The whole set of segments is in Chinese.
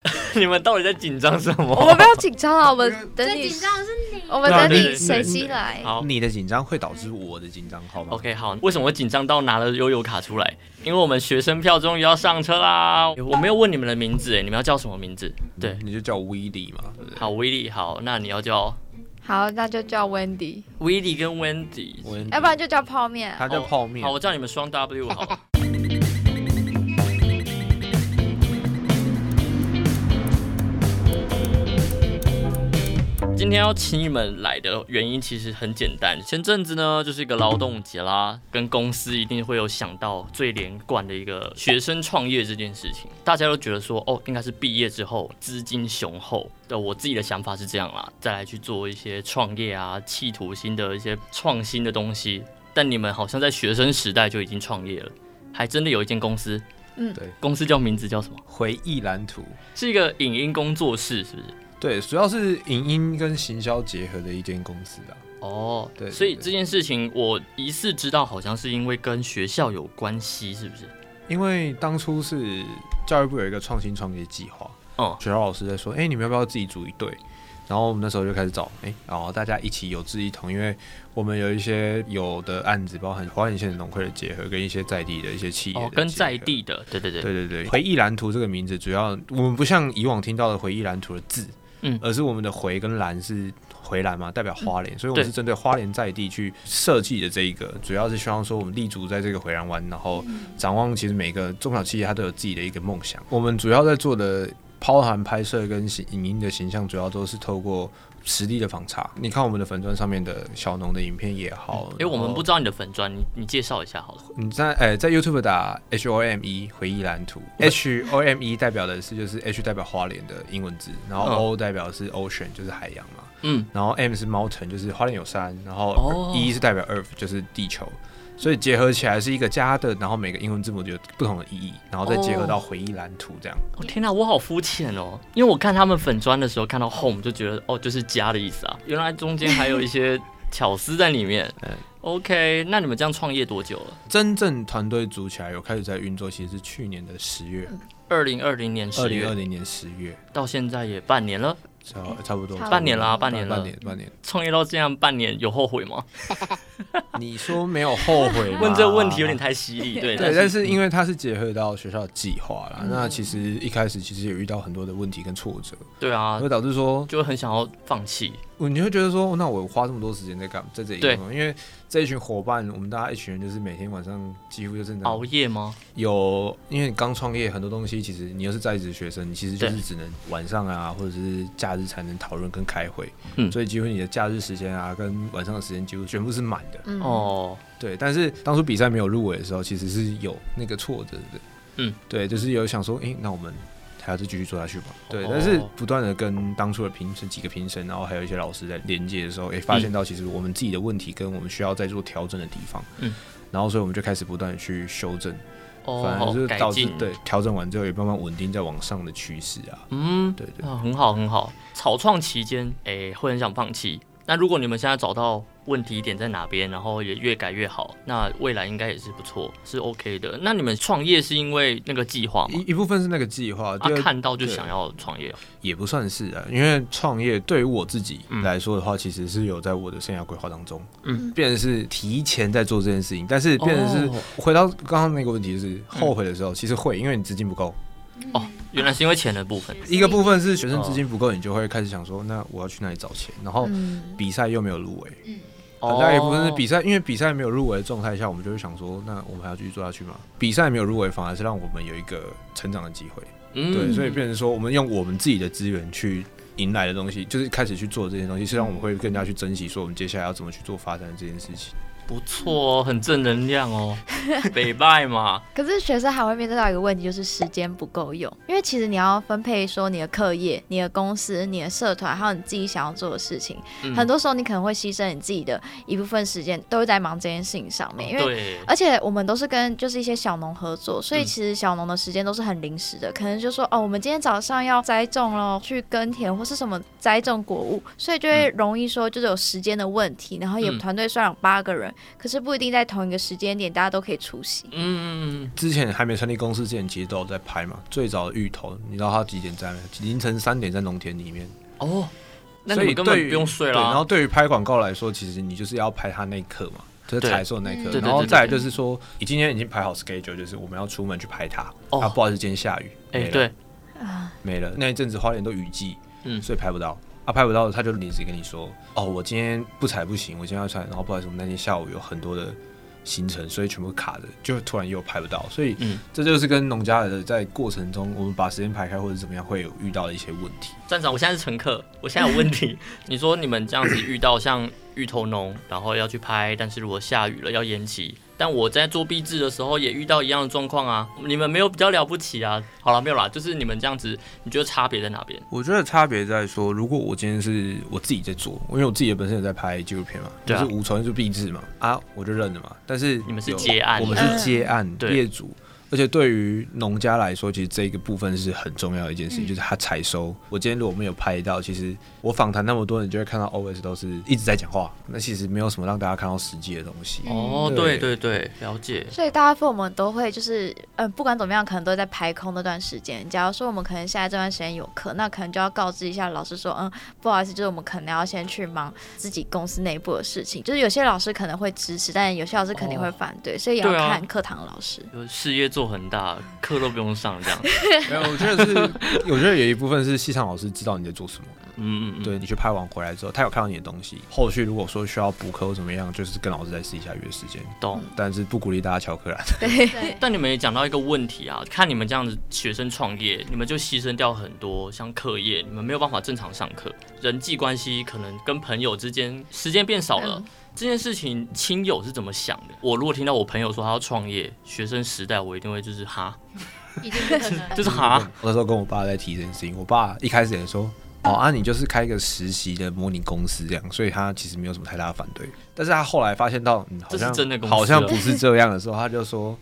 你们到底在紧张什 我们么？不要紧张啊，我们等最你紧，张的是你，我们对啊等你对对随对机来。 好哦你的紧张会导致我的紧张，好吗？ ，OK，好。为什么我紧张到拿了悠游卡出来？因为我们学生票终于要上车啦！我没有问你们的名字，哎，你们要叫什么名字？对，你就叫 w i l l 嘛，对不对？好，威力，好，那你要叫好，那就叫 Wendy，威力跟 Wendy。我要不然就叫泡面。啊它叫泡面哦好，。我叫你们双 W 好 了。今天要请你们来的原因其实很简单，前阵子呢就是一个劳动节啦，跟公司一定会有想到最连贯的一个学生创业这件事情，大家都觉得说哦，应该是毕业之后资金雄厚的，我自己的想法是这样啦，再来去做一些创业啊，企图新的一些创新的东西，但你们好像在学生时代就已经创业了，还真的有一间公司，嗯对公司叫名字叫什么？回忆蓝图，是一个影音工作室，是不是？对，主要是影音跟行销结合的一间公司啊。哦，对对所以对这件事情我疑似知道，好像是因为跟学校有关系，是不是？因为当初是教育部有一个创新创业计划，哦学校老师在说，哎、你们要不要自己组一队？然后我们那时候就开始找，哎、然后大家一起有志一同，因为我们有一些有的案子，包含花莲县农会的结合，跟一些在地的一些企业的哦，跟结合在地的，对对对，对对对，回忆蓝图这个名字，主要我们不像以往听到的回忆蓝图的字，嗯而是我们的回跟蓝是回蓝嘛，代表花莲，所以我对们是针对花莲在地去设计的这一个，主要是希望说我们立足在这个回蓝湾，然后嗯展望其实每个中小企业它都有自己的一个梦想。我们主要在做的包含拍摄跟形影音的形象，主要都是透过。实地的访查，你看我们的粉砖上面的小农的影片也好，哎，我们然后不知道你的粉砖，你你介绍一下好了。你在呃在 YouTube 打 H O M E 回忆蓝图，H O M E 代表的是就是 H 代表花莲的英文字，然后嗯 O 代表是 Ocean 就是海洋嘛，嗯，然后 M 是 Mountain 就是花莲有山，然哦后 E 是代表 Earth 就是地球，所以结合起来是一个加的，然后每个英文字母就有不同的意义，然后再结合到回忆蓝图这样。哦天哪，我好肤浅哦！因为我看他们粉砖的时候，看到 home 就觉得哦，就是家的意思啊，原来中间还有一 些巧思在里面嗯。 OK，那你们这样创业多久了？真正团队组起来有开始在运作，其实是去年的十月，二零二零年二十零二月零年十月，到现在也半年了，差差不多差不多半年啦半年半了年半年。创业到这样半年，有后悔吗？你说没有后悔吗？ 问这个问题有点太犀利，对，嗯对，但是因为它是结合到学校的计划啦，那其实一开始其实也遇到很多的问题跟挫折，对啊会，导致说，就很想要放弃。你会觉得说，那我花这么多时间在干在这里对干嘛？因为这一群伙伴，我们大家一群人就是每天晚上几乎就是熬夜吗？有，因为你刚创业，很多东西其实你又是在职学生，你其实就是只能晚上啊，或者是假日才能讨论跟开会，嗯所以几乎你的假日时间啊跟晚上的时间几乎全部是满的。嗯，哦，对，但是当初比赛没有入围的时候，其实是有那个挫折的。嗯，对，就是有想说，诶，那我们还要再继续做下去吧。对，哦但是不断的跟当初的评审几个评审，然后还有一些老师在连接的时候，诶，发现到其实我们自己的问题跟我们需要再做调整的地方。嗯。然后，所以我们就开始不断地去修正，反正就哦，是改导致进，对，调整完之后也慢慢稳定在往上的趋势啊。嗯，对对啊，很好很好。草创期间，哎、会很想放弃。那如果你们现在找到问题点在哪边，然后也越改越好，那未来应该也是不错，是 OK 的。那你们创业是因为那个计划吗？一一部分是那个计划，啊第，二看到就想要创业。也不算是啊，因为创业对于我自己来说的话，其实是有在我的生涯规划当中，嗯嗯，变成是提前在做这件事情，但是变成是、哦回到刚刚那个问题，就是后悔的时候，其实会因为你资金不够，哦，原来是因为钱的部分。一个部分是学生资金不够，你就会开始想说，那我要去哪里找钱，然后嗯，比赛又没有入围，哦，很大一部分是比赛，因为比赛没有入围的状态下，我们就会想说，那我们还要继续做下去吗？比赛没有入围，反而是让我们有一个成长的机会。嗯，对，所以变成说，我们用我们自己的资源去迎来的东西，就是开始去做这些东西，是让我们会更加去珍惜，说我们接下来要怎么去做发展的这件事情。不错哦，很正能量 哦，北拜嘛。可是学生还会面对到一个问题，就是时间不够用，因为其实你要分配说你的课业、你的公司、你的社团，还有你自己想要做的事情，嗯很多时候你可能会牺牲你自己的一部分时间，都是在忙这件事情上面，因为。哦对，而且我们都是跟就是一些小农合作，所以嗯其实小农的时间都是很临时的，可能就说哦，我们今天早上要栽种咯，去耕田或是什么栽种果物，所以就会容易说就是有时间的问题。然后也嗯团队虽然有八个人，可是不一定在同一个时间点大家都可以出席。嗯，嗯之前还没成立公司之前，其实都有在拍嘛。最早的芋头，你知道它几点在吗？凌晨三点在农田里面，嗯哦，那所你们以根本对于不用睡对，了。然后对于拍广告来说，其实你就是要拍它那一刻嘛，就是对嗯采收那一刻。对对然后对对再来对就是说，你今天已经排好 schedule，就是我们要出门去拍它。哦啊，不好意思，今天下雨。哎、没了，对，没了。那一阵子花莲都雨季，嗯所以拍不到。啊，拍不到，他就临时跟你说，哦，我今天不采不行，我今天要采。然后不好意思，我们那天下午有很多的行程，所以全部卡着，就突然又拍不到。所以，嗯这就是跟农家的在过程中，我们把时间排开或者怎么样，会有遇到的一些问题。站长，我现在是乘客，我现在有问 题。你说你们这样子遇到像芋头农，然后要去拍，但是如果下雨了要延期。但我在做壁纸的时候也遇到一样的状况啊，你们没有比较了不起啊。好了，没有啦，就是你们这样子，你觉得差别在哪边？我觉得差别在说，如果我今天是我自己在做，因为我自己本身也在拍纪录片嘛，对啊就是无从就必制嘛，啊，我就认了嘛。但是你们是有接案我们嗯是接案、对业主，而且对于农家来说，其实这个部分是很重要的一件事情，嗯就是他采收。我今天如果没有拍到，其实我访谈那么多人，就会看到 always 都是一直在讲话，那其实没有什么让大家看到实际的东西。哦，对对对对，了解。所以大部分我们都会就是，嗯，不管怎么样，可能都在排空那段时间。假如说我们可能现在这段时间有课，那可能就要告知一下老师说，嗯，不好意思，就是我们可能要先去忙自己公司内部的事情。就是有些老师可能会支持，但有些老师肯定会反对，所以也要对啊看课堂老师。有事业做很大，课都不用上这 样。没有，我觉得是，我觉得有一部分是戏场老师知道你在做什么。嗯嗯嗯，对你去拍完回来之后，他有看到你的东西，后续如果说需要补课或怎么样，就是跟老师再试一下约时间，懂。但是不鼓励大家翘课啦。对，但你们也讲到一个问题啊，看你们这样子学生创业，你们就牺牲掉很多像课业，你们没有办法正常上课，人际关系可能跟朋友之间时间变少了。嗯这件事情，亲友是怎么想的？我如果听到我朋友说他要创业，学生时代我一定会就是哈，嗯一定不可能。就是哈， 我那时候跟我爸在提这件事情，我爸一开始也说。哦啊，你就是开一个实习的模拟公司这样，所以他其实没有什么太大的反对。但是他后来发现到，嗯，好这是像真的公司好像了哎不是这样的时候，他 就说，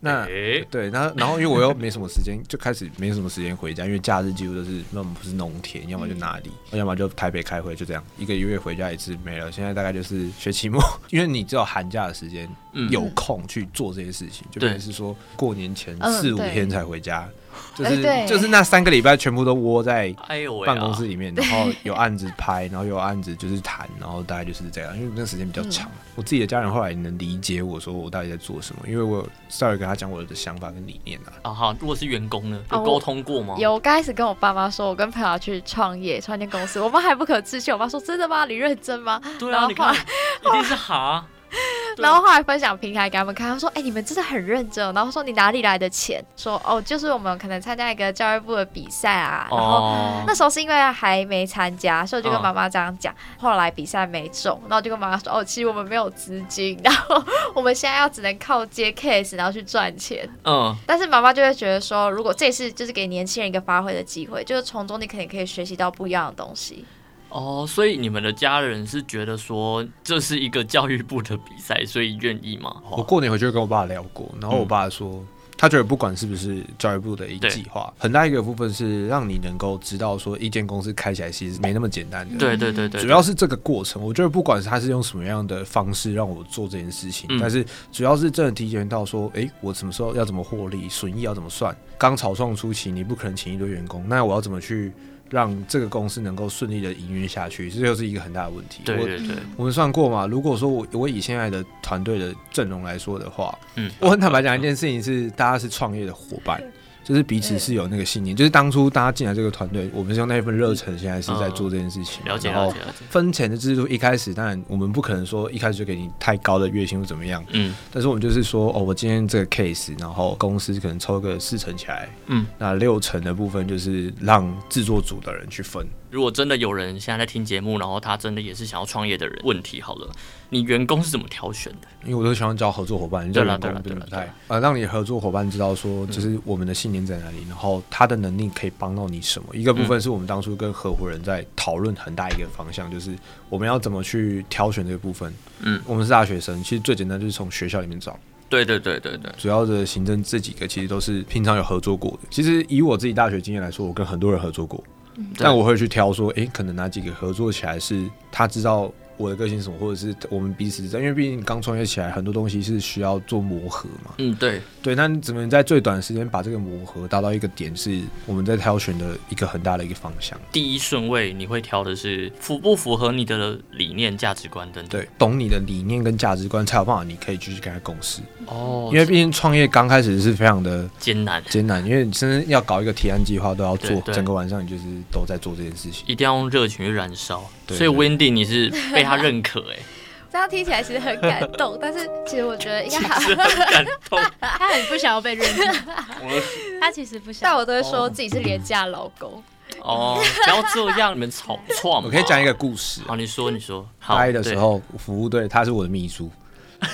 那诶对，然后然后因为我又没什么时间，就开始没什么时间回家，因为假日几乎都是那我们不是农田，要么就哪里，嗯要么就台北开会，就这样一个月回家一次没了。现在大概就是学期末， 因为你只有寒假的时间嗯有空去做这些事情，就对变成是说过年前嗯四五对天才回家，就哎对是就是那三个礼拜全部都窝在。哎呦喂、啊，办公室里面，然后有案子拍，然后有案子就是谈，然后大概就是这样，因为那个时间比嗯较长。我自己的家人后来也能理解我说我到底在做什么，因为我有稍微跟他讲我的想法跟理念啊。啊哈，如果是员工呢，有哦沟通过吗？ 有，我刚开始跟我爸妈说，我跟朋友要去创业，创建公司，我妈还不可置信。我妈说：“真的吗？你认真吗？”对然啊，后你看，一定是哈，对啊然后后来分享平台给他们看，他说：“哎、你们真的很认真哦。”然后说：“你哪里来的钱？”说：“哦，就是我们可能参加一个教育部的比赛啊。” 然后哦，那时候是因为还没参加，所以我就跟嗯妈妈这样讲。后来比赛没中，然后我就跟妈妈说：“哦，其实我们没有资金，然后我们现在要只能靠接 case，然后去赚钱。”嗯，但是妈妈就会觉得说，如果这次就是给年轻人一个发挥的机会，就是从中你肯定可以学习到不一样的东西。哦，所以你们的家人是觉得说这是一个教育部的比赛，所以愿意吗？我过年回去跟我爸聊过，然后我爸说，他觉得不管是不是教育部的一个对计划，很大一个部分是让你能够知道说一间公司开起来其实没那么简单的。对对对对，主要是这个过程，我觉得不管是他是用什么样的方式让我做这件事情，嗯但是主要是真的提前到说，诶，我什么时候要怎么获利，损益要怎么算。刚草创初期，你不可能请一堆员工，那我要怎么去让这个公司能够顺利的营运下去？这又是一个很大的问题。对我对对，嗯我们算过嘛？如果说我我以现在的团队的阵容来说的话，嗯，我很坦白讲一件事情是，大家是创业的伙伴，就是彼此是有那个信念，就是当初大家进来这个团队，我们是用那一份热忱，现在是在做这件事情。嗯了解然后了解了解，分钱的制度一开始，当然我们不可能说一开始就给你太高的月薪或怎么样，嗯但是我们就是说，哦，我今天这个 case，然后公司可能抽个四成起来，嗯。那六成的部分就是让制作组的人去分。如果真的有人现在在听节目，然后他真的也是想要创业的人，问题好了，你员工是怎么挑选的？因为我都喜欢找合作伙伴，对就啦员工对啦真的不对啦对太啦嗯呃，让你合作伙伴知道说，就是我们的信念在哪里，然后他的能力可以帮到你什么。一个部分是我们当初跟合伙人在讨论很大一个方向，就是我们要怎么去挑选这个部分。嗯，我们是大学生，其实最简单就是从学校里面找。对对对对对，主要的行政这几个其实都是平常有合作过的。其实以我自己大学经验来说，我跟很多人合作过，但我会去挑说，诶，可能哪几个合作起来是他知道我的个性是什么，或者是我们彼此之间，因为毕竟刚创业起来，很多东西是需要做磨合嘛。嗯，对，对，那你怎么在最短的时间把这个磨合达到一个点，是我们在挑选的一个很大的一个方向。第一顺位你会挑的是符不符合你的理念、价值观等等。对，懂你的理念跟价值观，才有办法你可以继续跟他共事。哦，因为毕竟创业刚开始是非常的艰难，艰难，因为你甚至要搞一个提案计划都要做对，对整个晚上你就是都在做这件事情。一定要用热情去燃烧。对所以 Wendy 你是被他认可 哎、这样听起来其实很感动，但是其实我觉得应该还好，感动。他很不想要被认可，他其实不但想。我都会说自己是廉价老公。哦，不要这样，你们草创。哦我可以讲一个。故事、啊好，你说，你说。好，大一的对时，候，服务队他是我的秘书，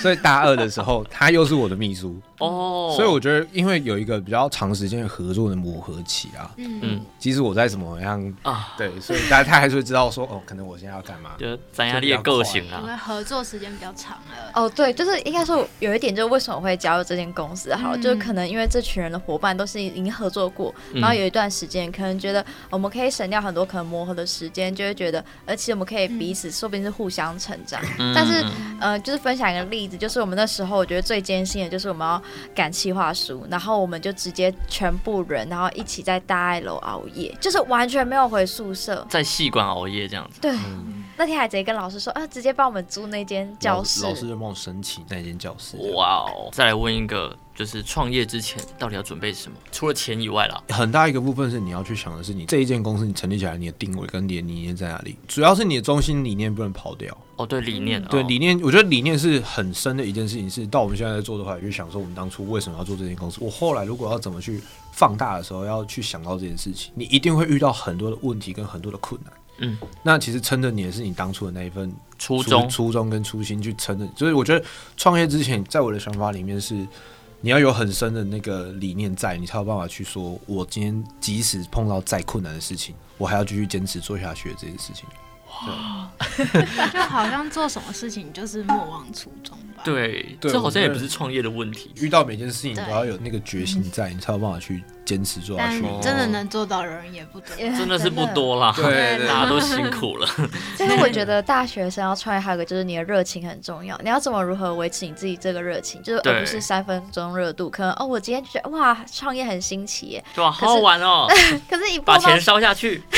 所以大二的时候他又是我的秘书， 哦，所以我觉得因为有一个比较长时间的合作的磨合期啊，嗯嗯，即使我在怎么样，啊，对，所以大家他还是会知道说，哦，可能我现在要干嘛。就咱家的个性我啊，们合作时间比较长了，哦，对，就是应该说有一点，就是为什么会加入这间公司好了，嗯就是可能因为这群人的伙伴都是已经合作过，嗯然后有一段时间，可能觉得哦我们可以省掉很多可能磨合的时间，就会觉得，而且我们可以彼此说不定是互相成长。嗯但是呃，就是分享一个例子，就是我们那时候我觉得最艰辛的就是我们要赶企划书，然后我们就直接全部人，然后一起在大爱楼熬夜，就是完全没有回宿舍。在戏馆熬夜这样子。对，那天还直接跟老师说，啊，直接帮我们租那间教老室。老师就帮我申请那间教室，哇哦！再来问一个，就是创业之前到底要准备什么？除了钱以外啦，很大一个部分是你要去想的是，你这一间公司你成立起来，你的定位跟你的理念在哪里？主要是你的中心理念不能跑掉。哦，对，理念，嗯对哦理念，我觉得理念是很深的一件事情，是到我们现在在做的话，就想说我们当初为什么要做这间公司，我后来如果要怎么去放大的时候，要去想到这件事情，你一定会遇到很多的问题跟很多的困难。嗯，那其实撑着你的是你当初的那一份初衷初衷跟初心去撑着你，所以我觉得创业之前，在我的想法里面是。你要有很深的那个理念在，你才有办法去说，我今天即使碰到再困难的事情，我还要继续坚持做下去的这件事情。就好像做什么事情就是莫忘初衷吧。，对，对这好像我也觉得不是创业的问题。遇到每件事情对都要有那个决心在，你才有办法去坚持做下但去。真的能做到的人也不多。真的是不多哎啦，对对对大家都辛苦 了。但是我觉得大学生要创业，还有一个就是你的热情很重要。你要怎么如何维持你自己这个热情，就是呃对而不是三分钟热度。可能哦，我今天觉得哇，创业很新奇耶，对吧？好好玩哦，可是一把碰到钱烧下去。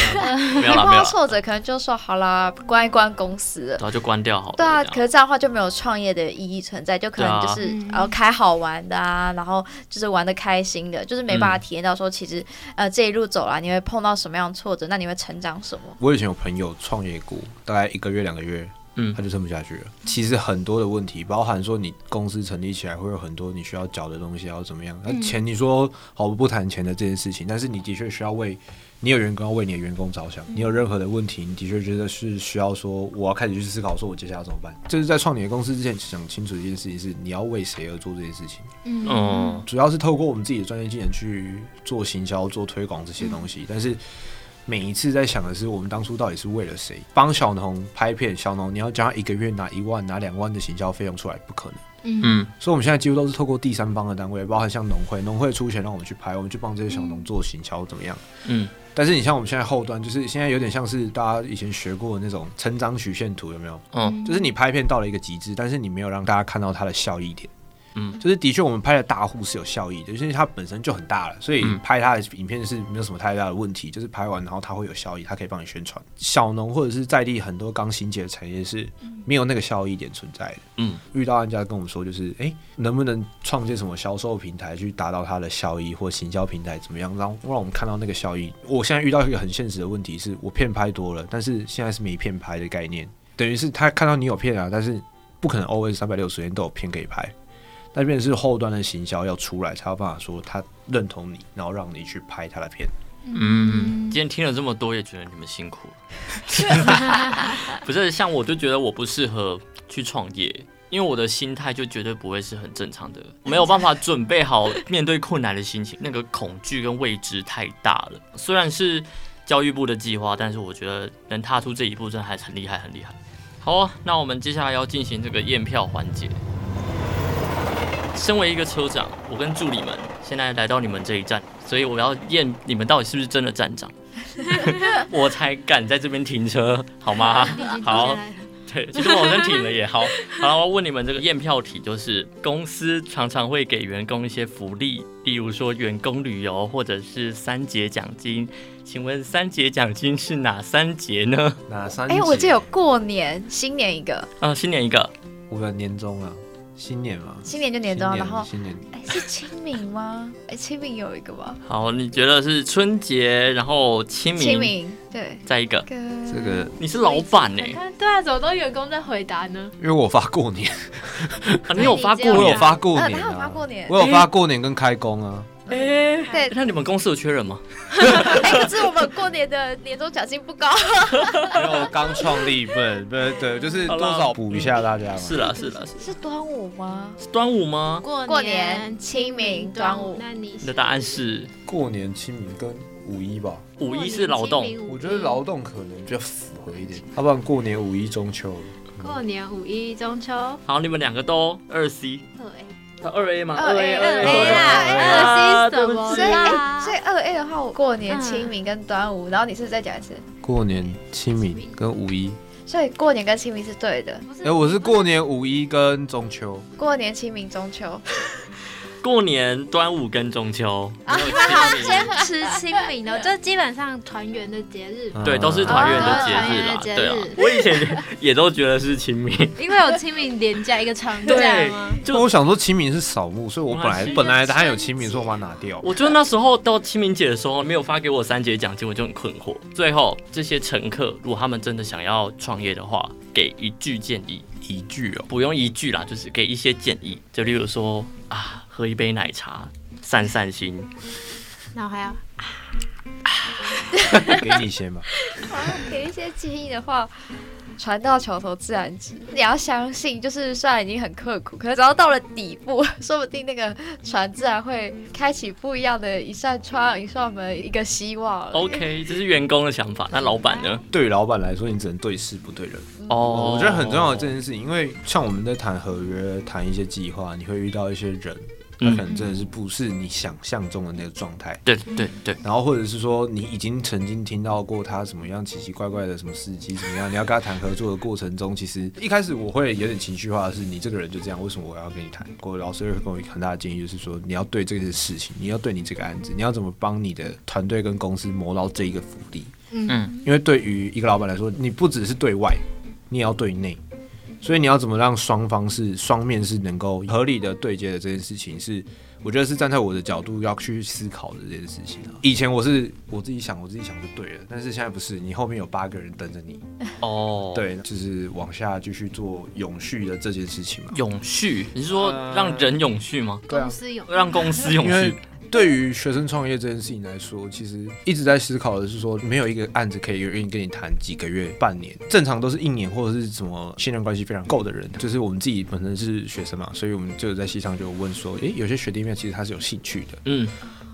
没有啦，一碰没有到啦，挫折，可能就说好啦，关一关公司了然。后就关掉好了。对啊，这样可是这样的话就没有创业的意义存在，就可能就是对啊然后开好玩的啊，然后就是玩的开心的，就是没办法嗯体验到说其实呃这一路走来你会碰到什么样的挫折，那你会成长什么？我以前有朋友创业过，大概一个月两个月，嗯他就撑不下去了。其实很多的问题，包含说你公司成立起来会有很多你需要缴的东西，要怎么样？那嗯钱你说好，我不谈钱的这件事情，但是你的确需要为你有员工要为你的员工着想，嗯你有任何的问题，你的确觉得是需要说我要开始去思考，说我接下来要怎么办。这是在创你的公司之前想清楚的一件事情，是你要为谁而做这件事情。嗯，主要是透过我们自己的专业技能去做行销、做推广这些东西，但是。每一次在想的是，我们当初到底是为了谁？帮小农拍片，小农你要叫他一个月拿一万、拿两万的行销费用出来，不可能。嗯，所以我们现在几乎都是透过第三方的单位，包含像农会，农会出钱让我们去拍，我们去帮这些小农做行销，怎么样？嗯。但是你像我们现在后端，就是现在有点像是大家以前学过的那种成长曲线图，有没有？嗯，就是你拍片到了一个极致，但是你没有让大家看到它的效益点。嗯，就是的确我们拍的大户是有效益的，就是它本身就很大了，所以嗯拍它的影片是没有什么太大的问题。就是拍完然后它会有效益，它可以帮你宣传。小农或者是在地很多刚兴起的产业是没有那个效益点存在的。嗯，遇到案家跟我们说，就是哎、诶能不能创建什么销售平台去达到它的效益，或行销平台怎么样，让让我们看到那个效益。我现在遇到一个很现实的问题是，我骗拍多了，但是现在是没骗拍的概念，等于是他看到你有骗啊，但是不可能 always 三百六十天都有片可以拍。那变成是后端的行销要出来，才有办法说他认同你，然后让你去拍他的片。嗯，今天听了这么多，也觉得你们辛苦了。不是，像我就觉得我不适合去创业，因为我的心态就绝对不会是很正常的，没有办法准备好面对困难的心情，那个恐惧跟未知太大了。虽然是教育部的计划，但是我觉得能踏出这一步，真的还是很厉害，很厉害。好、啊，那我们接下来要进行这个验票环节。身为一个车长，我跟助理们现在来到你们这一站，所以我要验你们到底是不是真的 站长，我才敢在这边停车，好吗？好， 对，其实我好像挺了也好。 好了，我问你们这个验票题，就是公司常常会给员工一些福利，例如说员工旅游或者是三节奖金。请问三节奖金是哪三节呢？ 哪三？哎、我记得有过年、新年一个，啊，新年一个，我的年终啊，新年嘛，新年就年终，新然后新年哎、是清明 吗？哎、清明有一个吧？好，你觉得是春节，然后清明，清明对，再一个，跟呃这嗯个，你是老板欸呢、你看，对啊，怎么都员工在回答呢？因为我发过年，啊，你有发过对我啊有年？发过呃，年他有啊，发过年，我有发过年跟开工啊，哎、对那你们公司有缺人吗？哎、可是我们过年的年终奖金不高，因为我刚创立，不对对，就是好多啦少补一下大家嘛。是啦，是啦，是 是端午吗？是端午吗？过过年清明端午那你你的答案是过年、清明跟五一吧，五一是劳哦动，我觉得劳动可能比较符合一点，要不然过年、五一、中秋，过年五一中秋好，你们两个都二 C，二 A 二 A 吗？二 A，二 A 二啦啊二 C 对什不么起所以，哎啦所以二 A 的话，我过年、嗯清明跟端午，然后你是不是再讲一次？过年、清明跟五一。所以过年跟清明是对的，不是哎、我是过年、五一跟中秋，过年、清明、中秋。过年、端午跟中秋，你们啊好嗯坚持清明的，就基本上团圆的节日嗯嘛，啊对，都是团圆的节日啦哦。团圆的节日对啊，我以前也都觉得是清明，因为有清明连假一个长假对吗？，那就我想说清明是扫墓，所以我本来哇本来他有清明，说我把它拿掉。我就那时候到清明节的时候没有发给我三节奖金，我就很困惑。最后这些乘客如果他们真的想要创业的话，给一句建议，一句哦，不用一句啦，就是给一些建议，就例如说啊，喝一杯奶茶。散散心，那我还要给你先吧。给一些建议的话，船到桥头自然直。你要相信，就是虽然已经很刻苦，可是只要到了底部， 说不定那个船自然会开启不一样的一扇窗、一扇门、一个希望。 OK，这是员工的想法。那老板呢？对于老板来说，你只能对事不对人。哦我觉得很重要的这件事情，因为像我们在谈合约、谈一些计划，你会遇到一些人，他嗯，可能真的是不是你想象中的那个状态。对对对，然后或者是说你已经曾经听到过他什么样奇奇怪怪的什么事迹怎么样，你要跟他谈合作的过程中，其实一开始我会有点情绪化的是，你这个人就这样，为什么我要跟你谈？我老师会给我一个很大的建议，就是说你要对这个事情，你要对你这个案子，你要怎么帮你的团队跟公司磨到这一个福利。嗯，因为对于一个老板来说，你不只是对外，你也要对内，所以你要怎么让双方是双面是能够合理的对接的这件事情是，我觉得是站在我的角度要去思考的这件事情啊。以前我是我自己想，我自己想就对了，但是现在不是，你后面有八个人等着你，哦，，对，就是往下继续做永续的这件事情嘛。永续，你是说让人永续 吗？对啊公，司有让公司永呃因为续？对于学生创业这件事情来说，其实一直在思考的是说，没有一个案子可以愿意跟你谈几个月、半年，正常都是一年或者是什么信任关系非常够的人。就是我们自己本身是学生嘛，所以我们就在系上就有问说，诶，有些学弟妹其实他是有兴趣的，嗯，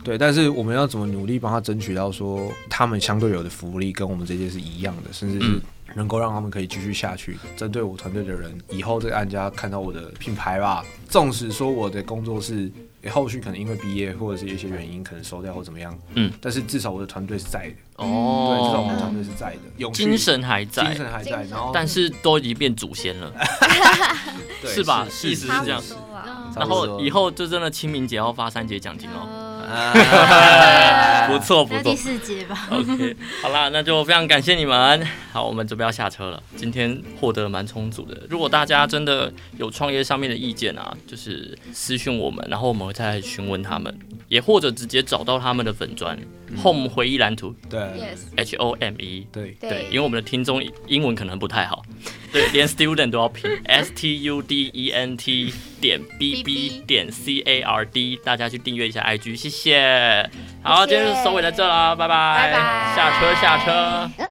对，但是我们要怎么努力帮他争取到说他们相对有的福利跟我们这些是一样的，甚至是嗯能够让他们可以继续下去。针对我团队的人，以后这个案家看到我的品牌吧，纵使说我的工作是。诶后续可能因为毕业或者是一些原因，可能收掉或怎么样，嗯，但是至少我的团队是在的，对，至少我们哦团，队是在的，永续精神还精在，神哦还精在，神然后但是都已经变祖先了，哦对是吧意思是差不这样多啦。差然不多后以后就真的清明节要发三节奖金哦。 啊不错不嗯那错第四节吧， ，OK，好啦，那就非常感谢你们。好，我们准备要下车了。今天获得蛮充足的。如果大家真的有创业上面的意见啊，就是私讯我们，然后我们会再询问他们，也或者直接找到他们的粉砖、Home 回忆蓝图对 Yes， H O M E 对嗯对，对因为我们的听众英文可能不太 好，对，连 student 都要拼 S T U D E N T 点 B B 点 C A R D，大家去订阅一下 IG，谢谢。好，谢谢今天就收尾在这啦，拜拜，拜拜下车下车。